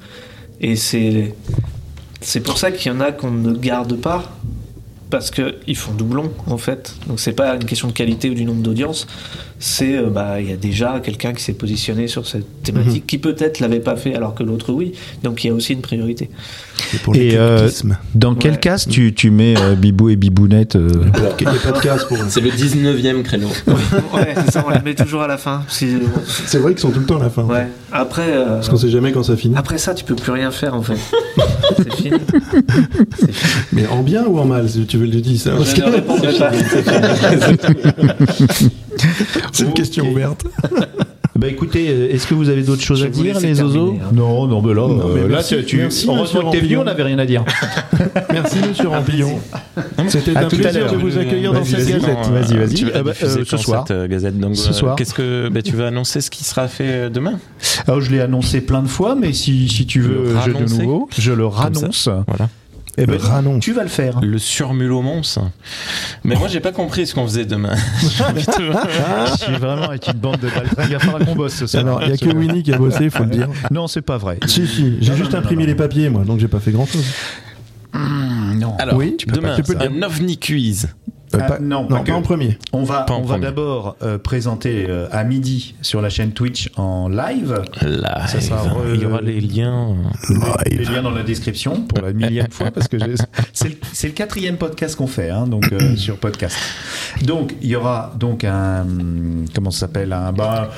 [SPEAKER 7] Et c'est. C'est pour ça qu'il y en a qu'on ne garde pas parce qu'ils font doublon, en fait. Donc, c'est pas une question de qualité ou du nombre d'audience. C'est. euh, bah, il y a déjà quelqu'un qui s'est positionné sur cette thématique qui peut-être l'avait pas fait alors que l'autre oui. Donc, il y a aussi une priorité.
[SPEAKER 4] C'est pour les
[SPEAKER 8] Et, euh,
[SPEAKER 4] cultismes.
[SPEAKER 8] Dans quel
[SPEAKER 7] Ouais.
[SPEAKER 8] casse tu, tu mets euh, Bibou et Bibounette euh,
[SPEAKER 4] Il n'y a pas de casse pour eux.
[SPEAKER 6] C'est le 19e créneau.
[SPEAKER 7] ouais, c'est ça, on la met toujours à la fin. parce que-
[SPEAKER 4] C'est vrai qu'ils sont tout le temps à la fin.
[SPEAKER 7] Ouais. Après, euh,
[SPEAKER 4] Parce qu'on sait jamais quand ça finit.
[SPEAKER 7] après ça, tu peux plus rien
[SPEAKER 4] [laughs]
[SPEAKER 7] faire en fait. c'est fini.
[SPEAKER 4] Mais en bien ou en mal, si tu veux le dire ça Parce
[SPEAKER 7] Je
[SPEAKER 4] que
[SPEAKER 7] ne répondrai pas.
[SPEAKER 4] [laughs] c'est une question ouverte.
[SPEAKER 5] Bah écoutez, euh, est-ce que vous avez d'autres choses à
[SPEAKER 7] vous
[SPEAKER 5] dire,
[SPEAKER 7] laisser
[SPEAKER 5] les osos
[SPEAKER 7] terminer, hein.
[SPEAKER 5] Non, non, mais là,
[SPEAKER 4] Non, mais
[SPEAKER 5] euh,
[SPEAKER 4] merci.
[SPEAKER 5] là, tu,
[SPEAKER 4] Merci, monsieur
[SPEAKER 5] heureusement que t'es venu,
[SPEAKER 4] Rampillon.
[SPEAKER 5] on n'avait rien à dire.
[SPEAKER 4] Merci monsieur Rampillon. C'était
[SPEAKER 5] À
[SPEAKER 4] un
[SPEAKER 5] tout à
[SPEAKER 4] plaisir
[SPEAKER 5] l'heure.
[SPEAKER 4] de vous accueillir dans
[SPEAKER 5] Vas-y,
[SPEAKER 4] cette
[SPEAKER 5] vas-y,
[SPEAKER 4] gazette.
[SPEAKER 5] Gazette, vas-y, vas-y.
[SPEAKER 6] Tu vas
[SPEAKER 5] Ah bah,
[SPEAKER 6] diffuser
[SPEAKER 5] euh, ce
[SPEAKER 6] quand,
[SPEAKER 5] soir.
[SPEAKER 6] cette, euh, Gazette Donc,
[SPEAKER 5] Ce
[SPEAKER 6] euh,
[SPEAKER 5] soir.
[SPEAKER 6] Qu'est-ce que bah, tu vas annoncer ce qui sera fait euh, demain
[SPEAKER 5] Alors, Ah, je l'ai annoncé plein de fois, mais si, si tu
[SPEAKER 6] Le
[SPEAKER 5] veux, je de
[SPEAKER 6] ranoncer.
[SPEAKER 5] nouveau, je le ranonce.
[SPEAKER 6] Voilà.
[SPEAKER 5] Eh ben,
[SPEAKER 4] Le ranonce.
[SPEAKER 5] tu vas le faire.
[SPEAKER 6] Le surmulot mons. Mais moi j'ai pas compris ce qu'on faisait demain.
[SPEAKER 5] Je suis vraiment avec une bande de baltringues. Il va falloir qu'on bosse ce soir.
[SPEAKER 4] Alors, il n'y a que Winnie qui a bossé, faut le dire.
[SPEAKER 5] [laughs] Non, c'est pas vrai.
[SPEAKER 4] Si, si, j'ai
[SPEAKER 5] Non,
[SPEAKER 4] juste
[SPEAKER 5] non, non,
[SPEAKER 4] imprimé
[SPEAKER 5] non.
[SPEAKER 4] les papiers, moi, donc j'ai pas fait grand chose.
[SPEAKER 5] Non.
[SPEAKER 6] Alors
[SPEAKER 4] Oui, tu peux
[SPEAKER 6] demain
[SPEAKER 4] pas- tu peux le
[SPEAKER 6] un
[SPEAKER 4] dire.
[SPEAKER 6] ovni quiz.
[SPEAKER 5] Ah, non, pas
[SPEAKER 4] Euh, pas,
[SPEAKER 5] que.
[SPEAKER 4] en premier.
[SPEAKER 5] On va,
[SPEAKER 6] Pas en
[SPEAKER 5] on va
[SPEAKER 6] premier.
[SPEAKER 5] d'abord euh, présenter euh, à midi sur la chaîne Twitch en live.
[SPEAKER 6] Là,
[SPEAKER 5] Ça sera re-
[SPEAKER 6] il y aura les liens.
[SPEAKER 4] euh.
[SPEAKER 5] Les liens dans la description pour la millième fois parce que j'ai- c'est le, c'est le quatrième podcast qu'on fait hein, donc euh, sur podcast. Donc il y aura donc un comment ça s'appelle un bah,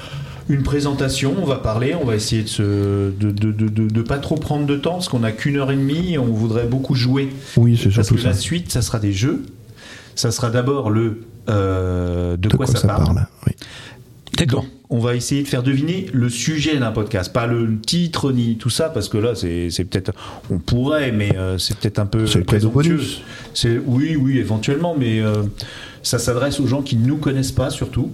[SPEAKER 5] une présentation. On va parler, on va essayer de se de de, de- de- de pas trop prendre de temps parce qu'on a qu'une heure et demie. et On voudrait beaucoup jouer
[SPEAKER 4] Oui, c'est
[SPEAKER 5] parce que
[SPEAKER 4] surtout ça.
[SPEAKER 5] la suite ça sera des jeux. Ça sera d'abord le euh, de,
[SPEAKER 4] De quoi ça parle oui.
[SPEAKER 6] D'accord.
[SPEAKER 5] Donc, on va essayer de faire deviner le sujet d'un podcast, pas le titre ni tout ça, parce que là, c'est c'est peut-être, on pourrait, mais euh, c'est peut-être un peu
[SPEAKER 4] C'est le cadeau
[SPEAKER 5] présomptueux.
[SPEAKER 4] bonus.
[SPEAKER 5] C'est oui, oui, éventuellement, mais euh, ça s'adresse aux gens qui ne nous connaissent pas surtout.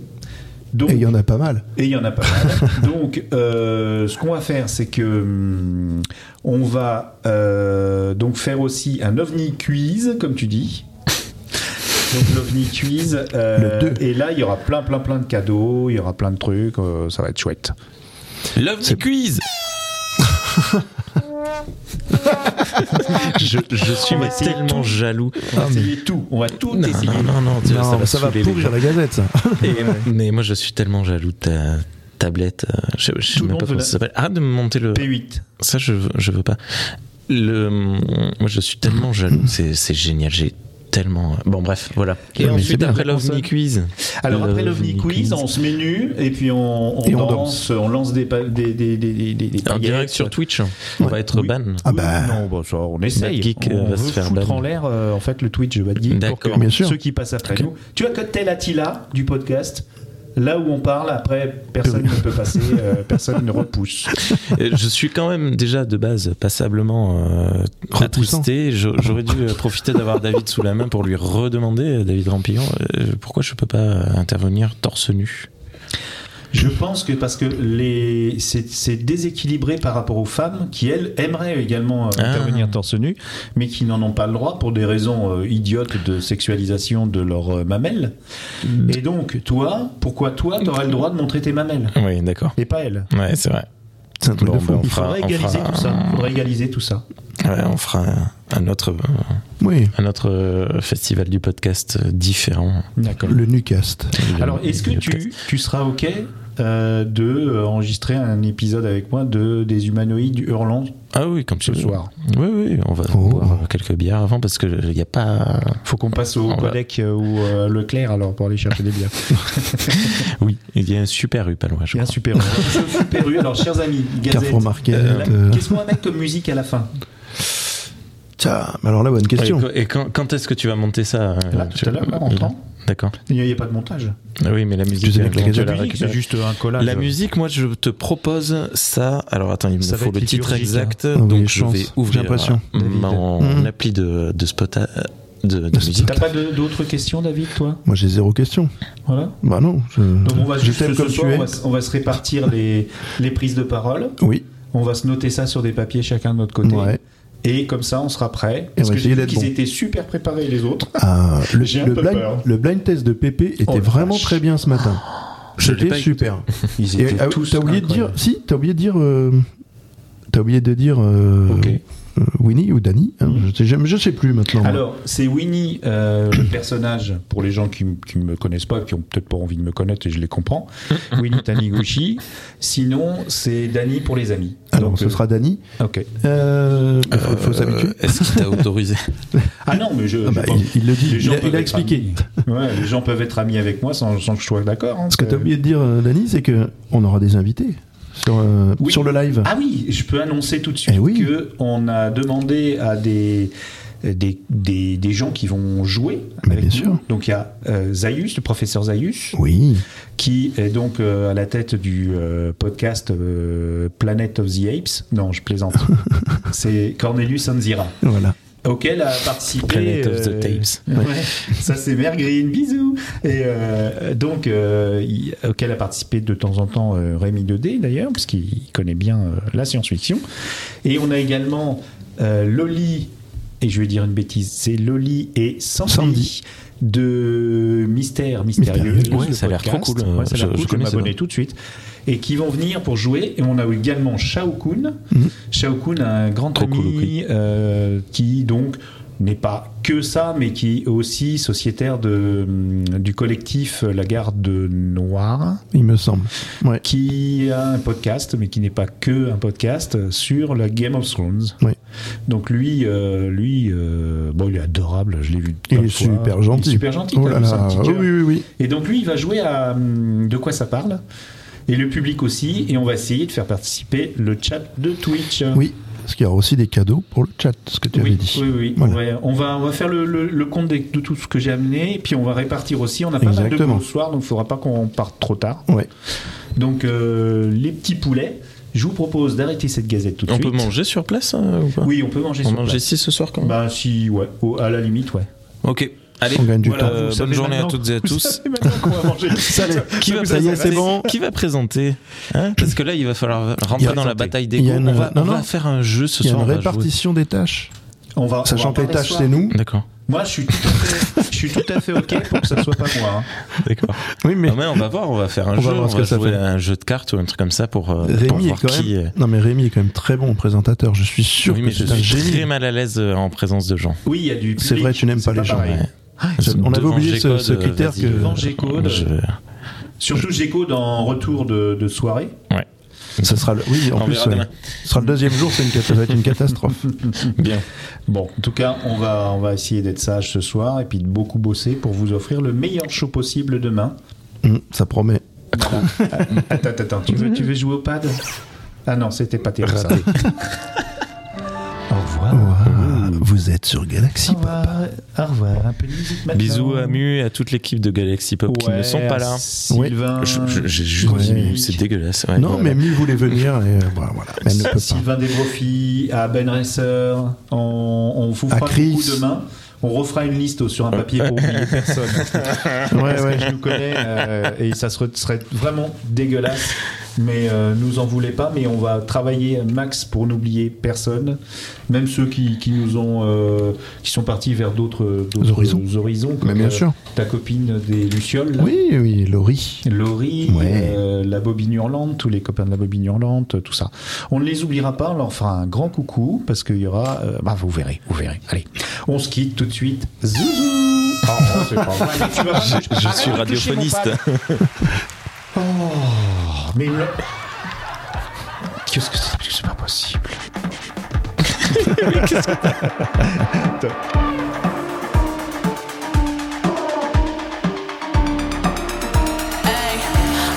[SPEAKER 5] Donc,
[SPEAKER 4] Et il y en a pas mal.
[SPEAKER 5] et il y en a pas mal. donc, euh, ce qu'on va faire, c'est que hum, on va euh, donc faire aussi un ovni quiz, comme tu dis. Donc l'ovni quiz. euh,
[SPEAKER 4] Le deux.
[SPEAKER 5] et là, il y aura plein, plein, plein de cadeaux. Il y aura plein de trucs. euh, ça va être chouette.
[SPEAKER 6] Love quiz je, je suis Oh, mais tellement jaloux.
[SPEAKER 5] On va essayer tout. On va tout
[SPEAKER 6] Non,
[SPEAKER 5] essayer.
[SPEAKER 6] non, non, non, tu vois,
[SPEAKER 4] Non, mais ça va
[SPEAKER 6] saouler les
[SPEAKER 4] pourrir
[SPEAKER 6] gens.
[SPEAKER 4] la gazette, ça.
[SPEAKER 6] Et, euh, mais moi, je suis tellement jaloux de ta tablette. euh, Je, je sais
[SPEAKER 5] Tout le
[SPEAKER 6] même
[SPEAKER 5] monde
[SPEAKER 6] pas
[SPEAKER 5] veut
[SPEAKER 6] comment
[SPEAKER 5] la-
[SPEAKER 6] ça s'appelle. Arrête de me monter le.
[SPEAKER 5] P8.
[SPEAKER 6] Ça, je, veux- je veux pas. Le, moi, je suis
[SPEAKER 5] [clears throat]
[SPEAKER 6] tellement jaloux. C'est c'est génial. J'ai tellement. euh, Bon, bref, voilà. Et
[SPEAKER 4] mais c'est
[SPEAKER 6] ensuite,
[SPEAKER 4] bien,
[SPEAKER 6] après
[SPEAKER 4] la
[SPEAKER 6] l'OVNI
[SPEAKER 4] console.
[SPEAKER 6] Quiz.
[SPEAKER 5] Alors après l'ovni
[SPEAKER 6] Euh, L'OVNI
[SPEAKER 5] quiz, on se met nu et puis on, on
[SPEAKER 4] Et on
[SPEAKER 5] danse, on lance des pa- des des des des, des- des
[SPEAKER 6] En
[SPEAKER 5] paillettes.
[SPEAKER 6] direct sur Twitch. hein. On va être
[SPEAKER 5] Oui.
[SPEAKER 6] ban.
[SPEAKER 4] Ah bah.
[SPEAKER 5] non, bah, ça, on essaye.
[SPEAKER 6] Bad Geek, euh,
[SPEAKER 5] on
[SPEAKER 6] va se
[SPEAKER 5] veut
[SPEAKER 6] faire
[SPEAKER 5] foutre
[SPEAKER 6] ban.
[SPEAKER 5] en l'air euh, en fait le Twitch de Bad Geek pour
[SPEAKER 6] D'accord.
[SPEAKER 5] que
[SPEAKER 4] Bien sûr.
[SPEAKER 5] ceux qui passent après nous. Tu as que tel Attila du podcast. Là où on parle, après, personne ne peut passer,
[SPEAKER 4] [laughs]
[SPEAKER 5] euh, personne ne repousse.
[SPEAKER 6] Euh, je suis quand même déjà de base passablement euh,
[SPEAKER 4] Repoussant.
[SPEAKER 6] attristé. Je- J'aurais dû euh, profiter d'avoir David sous la main pour lui redemander, euh, David Rampillon, euh, pourquoi je peux pas euh, intervenir torse nu
[SPEAKER 5] Je pense que parce que les c'est c'est déséquilibré par rapport aux femmes qui elles aimeraient également euh,
[SPEAKER 6] Ah.
[SPEAKER 5] intervenir torse nu, mais qui n'en ont pas le droit pour des raisons euh, idiotes de sexualisation de leur euh, mamelle.
[SPEAKER 6] Mm.
[SPEAKER 5] Et donc toi, pourquoi toi t'aurais le droit de montrer tes mamelles
[SPEAKER 6] Oui, d'accord.
[SPEAKER 5] et pas elles
[SPEAKER 6] Ouais, c'est vrai.
[SPEAKER 4] C'est un truc
[SPEAKER 6] Bon,
[SPEAKER 4] de fou.
[SPEAKER 6] bah, on
[SPEAKER 5] Il
[SPEAKER 6] fera,
[SPEAKER 5] faudrait
[SPEAKER 6] on
[SPEAKER 5] égaliser
[SPEAKER 6] fera-
[SPEAKER 5] tout ça. Il faudrait égaliser tout ça.
[SPEAKER 6] Ouais, on fera un, un autre, euh,
[SPEAKER 4] Oui,
[SPEAKER 6] un autre euh, festival du podcast euh, différent.
[SPEAKER 5] D'accord.
[SPEAKER 4] le Nucast.
[SPEAKER 5] Alors, est-ce que
[SPEAKER 6] Le podcast.
[SPEAKER 5] tu, tu seras OK euh, de euh, enregistrer un épisode avec moi de des humanoïdes hurlants
[SPEAKER 6] Ah oui, comme
[SPEAKER 5] ce
[SPEAKER 6] tu veux.
[SPEAKER 5] soir
[SPEAKER 6] Oui, oui, on va
[SPEAKER 4] Oh.
[SPEAKER 6] boire quelques bières avant parce qu'il n'y a pas.
[SPEAKER 5] Faut qu'on passe au
[SPEAKER 6] On va-
[SPEAKER 5] codec euh, ou euh, Leclerc alors pour aller chercher des bières.
[SPEAKER 6] Oui, il y a un super U pas loin, je
[SPEAKER 5] Il y a un
[SPEAKER 6] crois.
[SPEAKER 5] super U. Un super U. Alors, chers amis, Gazette.
[SPEAKER 4] Carrefour Market,
[SPEAKER 5] la-
[SPEAKER 4] euh.
[SPEAKER 5] Qu'est-ce qu'on va mettre comme musique à la fin
[SPEAKER 4] Tiens, mais alors là, bonne
[SPEAKER 6] Et,
[SPEAKER 4] question.
[SPEAKER 6] quand- et quand, quand est-ce que tu vas monter ça euh,
[SPEAKER 5] Là,
[SPEAKER 6] tu-
[SPEAKER 5] tout à l'heure, là, en rentrant.
[SPEAKER 6] D'accord.
[SPEAKER 5] Il n'y a, il y a pas de montage.
[SPEAKER 6] Ah Oui, mais la musique,
[SPEAKER 4] sais bien que la
[SPEAKER 6] comment tu
[SPEAKER 4] gazette
[SPEAKER 6] la
[SPEAKER 4] publique,
[SPEAKER 6] récupères
[SPEAKER 5] juste un collage.
[SPEAKER 6] La musique, moi, je te propose ça. Alors, attends, il me
[SPEAKER 5] Ça va
[SPEAKER 6] faut
[SPEAKER 5] être hein.
[SPEAKER 6] le titre
[SPEAKER 5] liturgique,
[SPEAKER 6] exact.
[SPEAKER 4] Ah oui,
[SPEAKER 6] donc, je
[SPEAKER 4] chance.
[SPEAKER 6] vais ouvrir
[SPEAKER 4] J'ai l'impression.
[SPEAKER 6] euh,
[SPEAKER 5] David.
[SPEAKER 6] mon
[SPEAKER 4] Mhm.
[SPEAKER 6] appli de, de spot à- de, de musique.
[SPEAKER 5] T'as pas de- d'autres questions, David, toi
[SPEAKER 4] Moi, j'ai zéro question.
[SPEAKER 5] Voilà.
[SPEAKER 4] Bah non, je,
[SPEAKER 5] Donc, on va
[SPEAKER 4] je
[SPEAKER 5] juste
[SPEAKER 4] t'aime
[SPEAKER 5] ce
[SPEAKER 4] comme
[SPEAKER 5] soir,
[SPEAKER 4] tu
[SPEAKER 5] on
[SPEAKER 4] es.
[SPEAKER 5] va, se- on va se répartir les, les prises de parole.
[SPEAKER 4] Oui,
[SPEAKER 5] On va se noter ça sur des papiers chacun de notre côté.
[SPEAKER 4] ouais.
[SPEAKER 5] Et comme ça, on sera prêt.
[SPEAKER 4] Et on
[SPEAKER 5] Parce
[SPEAKER 4] va
[SPEAKER 5] que j'ai
[SPEAKER 4] essayer
[SPEAKER 5] vu
[SPEAKER 4] d'être
[SPEAKER 5] qu'ils
[SPEAKER 4] bon.
[SPEAKER 5] étaient super préparés, les autres.
[SPEAKER 4] Ah, le,
[SPEAKER 5] [laughs] J'ai un
[SPEAKER 4] le
[SPEAKER 5] peu
[SPEAKER 4] blind,
[SPEAKER 5] peur.
[SPEAKER 4] le blind test de Pépé était
[SPEAKER 5] Oh, la
[SPEAKER 4] vraiment
[SPEAKER 5] vache.
[SPEAKER 4] très bien ce matin.
[SPEAKER 6] Je l'ai pas
[SPEAKER 4] C'était
[SPEAKER 6] écouté.
[SPEAKER 4] super.
[SPEAKER 5] Ils
[SPEAKER 4] Et, ah, t'as oublié de dire, si, t'as oublié de dire, euh, t'as oublié de dire euh,
[SPEAKER 5] Ok. Mm.
[SPEAKER 4] euh, Winnie ou Danny. hein, je, sais, jamais- je sais plus maintenant. moi.
[SPEAKER 5] Alors, c'est Winnie,
[SPEAKER 4] [coughs]
[SPEAKER 5] euh, le personnage, pour les gens qui ne me connaissent pas, qui ont peut-être pas envie de me connaître, et je les comprends. Winnie Taniguchi. Sinon, c'est Danny pour les amis.
[SPEAKER 4] Alors,
[SPEAKER 5] Donc,
[SPEAKER 4] Ah ce
[SPEAKER 5] euh,
[SPEAKER 4] sera Danny.
[SPEAKER 5] Ok.
[SPEAKER 4] Euh, il faut, faut
[SPEAKER 6] Euh,
[SPEAKER 4] s'habituer.
[SPEAKER 6] Est-ce qu'il t'a autorisé
[SPEAKER 5] Ah non, mais je.
[SPEAKER 4] Ah
[SPEAKER 5] je
[SPEAKER 4] bah,
[SPEAKER 5] pense-
[SPEAKER 4] il, il le dit.
[SPEAKER 5] les
[SPEAKER 4] Il
[SPEAKER 5] gens
[SPEAKER 4] a, il
[SPEAKER 5] peuvent
[SPEAKER 4] a
[SPEAKER 5] être
[SPEAKER 4] expliqué.
[SPEAKER 5] amis. Ouais, les gens peuvent être amis avec moi sans, sans que je sois d'accord. hein,
[SPEAKER 4] Ce que
[SPEAKER 5] c'est-
[SPEAKER 4] t'as oublié de dire, euh, Danny, c'est que on aura des invités sur euh,
[SPEAKER 5] Oui.
[SPEAKER 4] sur le live.
[SPEAKER 5] Ah oui, je peux annoncer tout de suite
[SPEAKER 4] Eh oui.
[SPEAKER 5] que on a demandé à des des, des, des gens qui vont jouer
[SPEAKER 4] Mais
[SPEAKER 5] avec
[SPEAKER 4] bien
[SPEAKER 5] nous.
[SPEAKER 4] sûr.
[SPEAKER 5] Donc il y a euh, Zaius, le professeur Zaius,
[SPEAKER 4] Oui.
[SPEAKER 5] qui est donc euh, à la tête du euh, podcast euh, Planet of the Apes. Non,
[SPEAKER 4] [laughs]
[SPEAKER 5] je plaisante. c'est Cornelius Anzira,
[SPEAKER 4] Voilà.
[SPEAKER 5] auquel a participé
[SPEAKER 6] Planet of
[SPEAKER 5] euh,
[SPEAKER 6] the Tapes.
[SPEAKER 5] Ouais. [laughs] Ça, c'est Mère Green, bisous. Et euh, donc, euh, il- auquel a participé de temps en temps euh, Rémi Dedé, d'ailleurs, parce qu'il connaît bien euh, la science-fiction. Et on a également euh, Loli, et je vais dire une bêtise, c'est Loli et Sandy,
[SPEAKER 4] Sandy.
[SPEAKER 5] de Mystère Mystérieux.
[SPEAKER 4] Mystérieux.
[SPEAKER 6] Ouais,
[SPEAKER 5] le
[SPEAKER 6] ça a l'air trop
[SPEAKER 5] podcast.
[SPEAKER 6] cool.
[SPEAKER 5] Ouais, ça a
[SPEAKER 6] Je-
[SPEAKER 5] l'air cool,
[SPEAKER 6] je
[SPEAKER 5] je vais
[SPEAKER 6] connaissais
[SPEAKER 5] m'abonner
[SPEAKER 6] pas.
[SPEAKER 5] tout de suite. Et qui vont venir pour jouer. Et on a également Shao Kun. Shao Kun, un grand
[SPEAKER 6] Trop
[SPEAKER 5] ami
[SPEAKER 6] cool, oui.
[SPEAKER 5] euh, qui donc n'est pas que ça, mais qui est aussi sociétaire de, hum, du collectif euh, La Garde Noire,
[SPEAKER 4] Il me semble. Ouais.
[SPEAKER 5] qui a un podcast, mais qui n'est pas que un podcast, sur la Game of Thrones.
[SPEAKER 4] Oui.
[SPEAKER 5] Donc lui, euh, lui euh, bon, il est adorable, je l'ai vu. plein
[SPEAKER 4] Il
[SPEAKER 5] de
[SPEAKER 4] est
[SPEAKER 5] fois.
[SPEAKER 4] super
[SPEAKER 5] Il
[SPEAKER 4] gentil.
[SPEAKER 5] est super gentil.
[SPEAKER 4] Oh
[SPEAKER 5] t'as
[SPEAKER 4] là
[SPEAKER 5] vu son
[SPEAKER 4] là.
[SPEAKER 5] petit
[SPEAKER 4] Oh
[SPEAKER 5] cœur.
[SPEAKER 4] oui, oui, oui.
[SPEAKER 5] Et donc lui, il va jouer à hum, De quoi ça parle et le public aussi, et on va essayer de faire participer le chat de Twitch.
[SPEAKER 4] Oui, Parce qu'il y aura aussi des cadeaux pour le chat, ce que tu avais
[SPEAKER 5] Oui,
[SPEAKER 4] dit.
[SPEAKER 5] oui, oui.
[SPEAKER 4] Voilà.
[SPEAKER 5] Ouais, on, va, on va faire le, le- le compte des- de, tout ce que j'ai amené, et puis on va répartir aussi. On a pas mal de
[SPEAKER 4] Exactement.
[SPEAKER 5] boulot ce soir, donc il faudra pas qu'on parte trop tard.
[SPEAKER 4] Ouais.
[SPEAKER 5] Donc, euh, les petits poulets, je vous propose d'arrêter cette gazette tout de
[SPEAKER 6] [laughs] On
[SPEAKER 5] suite.
[SPEAKER 6] peut manger sur place euh, ou pas
[SPEAKER 5] Oui, on peut manger
[SPEAKER 6] On
[SPEAKER 5] sur
[SPEAKER 6] mange
[SPEAKER 5] place.
[SPEAKER 6] ici ce soir quand même.
[SPEAKER 5] Bah, si, ouais, Au- à la
[SPEAKER 4] [laughs]
[SPEAKER 5] limite, ouais.
[SPEAKER 6] Ok. Allez,
[SPEAKER 4] On gagne du
[SPEAKER 6] voilà,
[SPEAKER 4] temps.
[SPEAKER 6] euh,
[SPEAKER 5] Vous
[SPEAKER 6] bonne
[SPEAKER 5] savez
[SPEAKER 6] journée à
[SPEAKER 4] [laughs]
[SPEAKER 5] maintenant-
[SPEAKER 6] toutes et à
[SPEAKER 5] vous
[SPEAKER 6] tous.
[SPEAKER 5] savez maintenant qu'on va [laughs] manger.
[SPEAKER 6] Qui va,
[SPEAKER 4] Ça y est, c'est
[SPEAKER 6] présenter-
[SPEAKER 4] bon.
[SPEAKER 6] qui va présenter hein Parce que là, il va falloir
[SPEAKER 4] Il y a-
[SPEAKER 6] rentrer dans la bataille des
[SPEAKER 4] il y a
[SPEAKER 6] goûts.
[SPEAKER 4] une-
[SPEAKER 6] On va,
[SPEAKER 4] non,
[SPEAKER 6] on va
[SPEAKER 4] non.
[SPEAKER 6] faire un jeu ce
[SPEAKER 4] Il y a
[SPEAKER 6] soir.
[SPEAKER 4] une
[SPEAKER 6] on va jouer.
[SPEAKER 4] répartition des tâches.
[SPEAKER 5] On va,
[SPEAKER 4] Sachant
[SPEAKER 5] on
[SPEAKER 4] que
[SPEAKER 5] va
[SPEAKER 4] les
[SPEAKER 5] parler
[SPEAKER 4] tâches,
[SPEAKER 5] ce
[SPEAKER 4] c'est
[SPEAKER 5] soir.
[SPEAKER 4] nous.
[SPEAKER 6] D'accord,
[SPEAKER 5] Moi, je suis, tout à fait, je suis tout à fait OK pour que ça soit pas moi. hein.
[SPEAKER 6] d'accord.
[SPEAKER 4] Oui, mais
[SPEAKER 6] Non, mais on va voir, on va faire un
[SPEAKER 4] On
[SPEAKER 6] jeu,
[SPEAKER 4] va voir
[SPEAKER 6] on
[SPEAKER 4] ce
[SPEAKER 6] va
[SPEAKER 4] que ça
[SPEAKER 6] jouer
[SPEAKER 4] fait.
[SPEAKER 6] à un jeu de cartes ou un truc comme ça pour, euh, pour
[SPEAKER 4] Rémi est
[SPEAKER 6] voir
[SPEAKER 4] quand
[SPEAKER 6] qui
[SPEAKER 4] même.
[SPEAKER 6] est.
[SPEAKER 4] Non, mais Rémi est quand même très bon présentateur. Je suis sûr
[SPEAKER 6] Oui,
[SPEAKER 4] que
[SPEAKER 6] mais je
[SPEAKER 4] c'est un
[SPEAKER 6] suis très
[SPEAKER 4] génie.
[SPEAKER 6] mal à l'aise euh, en présence de gens.
[SPEAKER 5] Oui, il y a du public.
[SPEAKER 4] C'est vrai, tu n'aimes pas
[SPEAKER 5] c'est
[SPEAKER 4] les gens.
[SPEAKER 5] pareil.
[SPEAKER 6] Ouais.
[SPEAKER 4] Ah, je- on avait
[SPEAKER 6] Devant
[SPEAKER 4] oublié ce-
[SPEAKER 6] G-Code,
[SPEAKER 4] ce critère
[SPEAKER 6] vas-y,
[SPEAKER 4] que-
[SPEAKER 6] euh,
[SPEAKER 5] Devant G-Code.
[SPEAKER 6] je-
[SPEAKER 5] Surtout Gécode en retour de, de soirée.
[SPEAKER 6] Ouais.
[SPEAKER 4] Ça sera le, oui, en
[SPEAKER 6] On
[SPEAKER 4] plus,
[SPEAKER 6] verra
[SPEAKER 4] ouais.
[SPEAKER 6] demain.
[SPEAKER 4] Ce sera le deuxième jour, c'est une, cata- ça va être une
[SPEAKER 6] [laughs]
[SPEAKER 4] catastrophe.
[SPEAKER 6] Bien.
[SPEAKER 5] Bon, en tout cas, on va, on va essayer d'être sage ce soir et puis de beaucoup bosser pour vous offrir le meilleur show possible demain.
[SPEAKER 4] Hum, ça promet.
[SPEAKER 5] [laughs] Attends, attends, attends, tu veux, tu veux jouer au pad Ah non, c'était pas terrible. ça. [laughs] Au
[SPEAKER 6] Ah,
[SPEAKER 5] revoir.
[SPEAKER 4] Ouah, Vous êtes sur Galaxy
[SPEAKER 5] Au revoir. Au revoir. Un peu de musique maintenant.
[SPEAKER 6] Bisous à Mu et à toute l'équipe de Galaxy Pop qui ne
[SPEAKER 5] Ouais,
[SPEAKER 6] sont pas
[SPEAKER 5] à
[SPEAKER 6] là.
[SPEAKER 5] Sylvain.
[SPEAKER 6] Je- je- J'ai juste dit
[SPEAKER 4] Ouais.
[SPEAKER 6] Mu, c'est dégueulasse. ouais.
[SPEAKER 4] Non,
[SPEAKER 6] Ouais.
[SPEAKER 4] mais Mu voulait venir et euh, voilà, voilà, mais elle ne peut pas.
[SPEAKER 5] Sylvain Desbrofis, à Ben Racer, on, on vous
[SPEAKER 4] À
[SPEAKER 5] fera
[SPEAKER 4] Chris.
[SPEAKER 5] beaucoup demain. On refera une liste sur un papier pour oublier personne.
[SPEAKER 4] Ouais,
[SPEAKER 5] Parce
[SPEAKER 4] ouais.
[SPEAKER 5] que je nous connais euh, et ça serait, serait vraiment dégueulasse. Mais euh, nous en voulez pas, mais on va travailler max pour n'oublier personne, même ceux qui, qui nous ont, euh, qui sont partis vers d'autres d'autres
[SPEAKER 4] Horizons.
[SPEAKER 5] horizons,
[SPEAKER 4] Mais bien
[SPEAKER 5] euh,
[SPEAKER 4] sûr.
[SPEAKER 5] Ta copine des lucioles. là.
[SPEAKER 4] Oui, oui, Laurie.
[SPEAKER 5] Laurie,
[SPEAKER 4] Ouais.
[SPEAKER 5] euh, la Bobine Hurlante, tous les copains de la Bobine Hurlante, euh, tout ça. On ne les oubliera pas, on leur fera un grand coucou parce qu'il y aura. euh, bah, vous verrez, vous verrez. Allez, on se quitte tout de suite. Zouzou Oh,
[SPEAKER 6] Ah,
[SPEAKER 5] oh, c'est pas vrai, mais tu vas pas me toucher- arrête
[SPEAKER 6] Je suis
[SPEAKER 5] de toucher mon
[SPEAKER 6] radiophoniste.
[SPEAKER 5] pad. Oh, mais. le- Qu'est-ce que c'est C'est pas possible.
[SPEAKER 9] Ehi,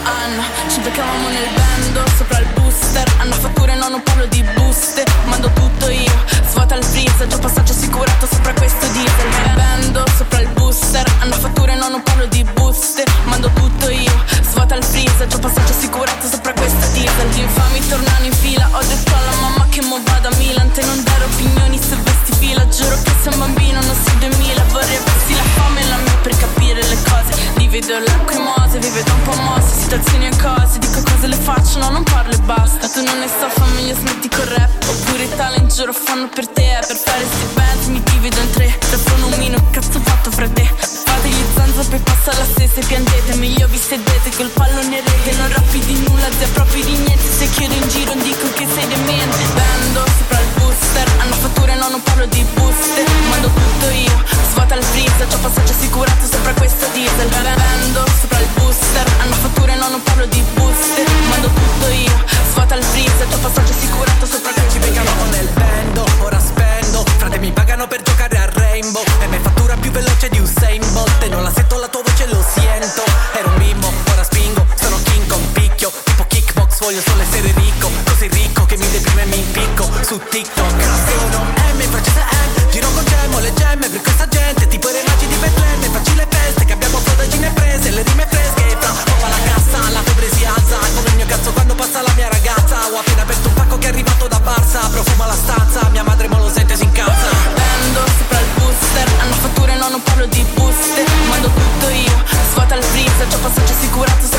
[SPEAKER 9] Anna, ci becchiamo nel bando sopra il booster Hanno fatture, no, non parlo di buste Mando tutto io, svuota il freezer Già passaggio assicurato sopra questo diesel Nel bando sopra il booster Hanno fatture, no, non parlo di buste Mando tutto io, svuota il freezer Già passaggio assicurato sopra questo diesel Gli infami tornano in fila Ho detto alla mamma che mo vado a Milan Te non dare opinioni se vesti fila Giuro che sei un bambino, non sei 2000 Vorrei avessi la fame e la me per capire le cose Divido l'acquimose, vi vedo un po' mosse Situazioni e cose, dico cose le faccio, no non parlo e basta Tu non ne so, fa meglio smetti col rap Oppure i talent giuro fanno per te Per fare sti bands mi divido in tre Tra sono un mino, cazzo fatto fra te Fate gli zanza poi passa la stessa e piangete Meglio vi sedete col pallone rete Non rappi di nulla, zia proprio di niente Se chiedo in giro dico che sei demente Bando sopra il booster Hanno fatture, no non parlo di buste Mando tutto io, svuota il freezer C'ho passaggio assicurato sopra questo diesel Bando sopra il booster Hanno fatture, no non parlo di buste Mando tutto io, svuota il freezer C'ho passaggio assicurato sopra questo diesel
[SPEAKER 10] Chiamo nel bando, ora spendo Frate mi pagano per giocare a Rainbow E me fattura più veloce di Usain Bolt E non la sento la tua voce, lo siento Ero un bimbo, ora spingo Sono King con picchio, tipo kickbox Voglio solo essere ricco, così ricco Che mi deprime e mi impicco Su TikTok Sono M, francese M Giro con gemmo, le gemme per questa gente Tipo i remagi di Betlemme Facci le feste, che abbiamo frodagine prese Le rime fresche, fra Papa la cassa, la febbre si alza Come il mio cazzo quando passa la mia ragazza Ho appena aperto un pacco che è arrivato da Barsa Profuma la stanza, mia madre mo lo sente si incazza
[SPEAKER 9] Bando sopra il booster Hanno fatture, no non parlo di buste Mando tutto io, svuota il freezer C'ho passaggio assicurato sopra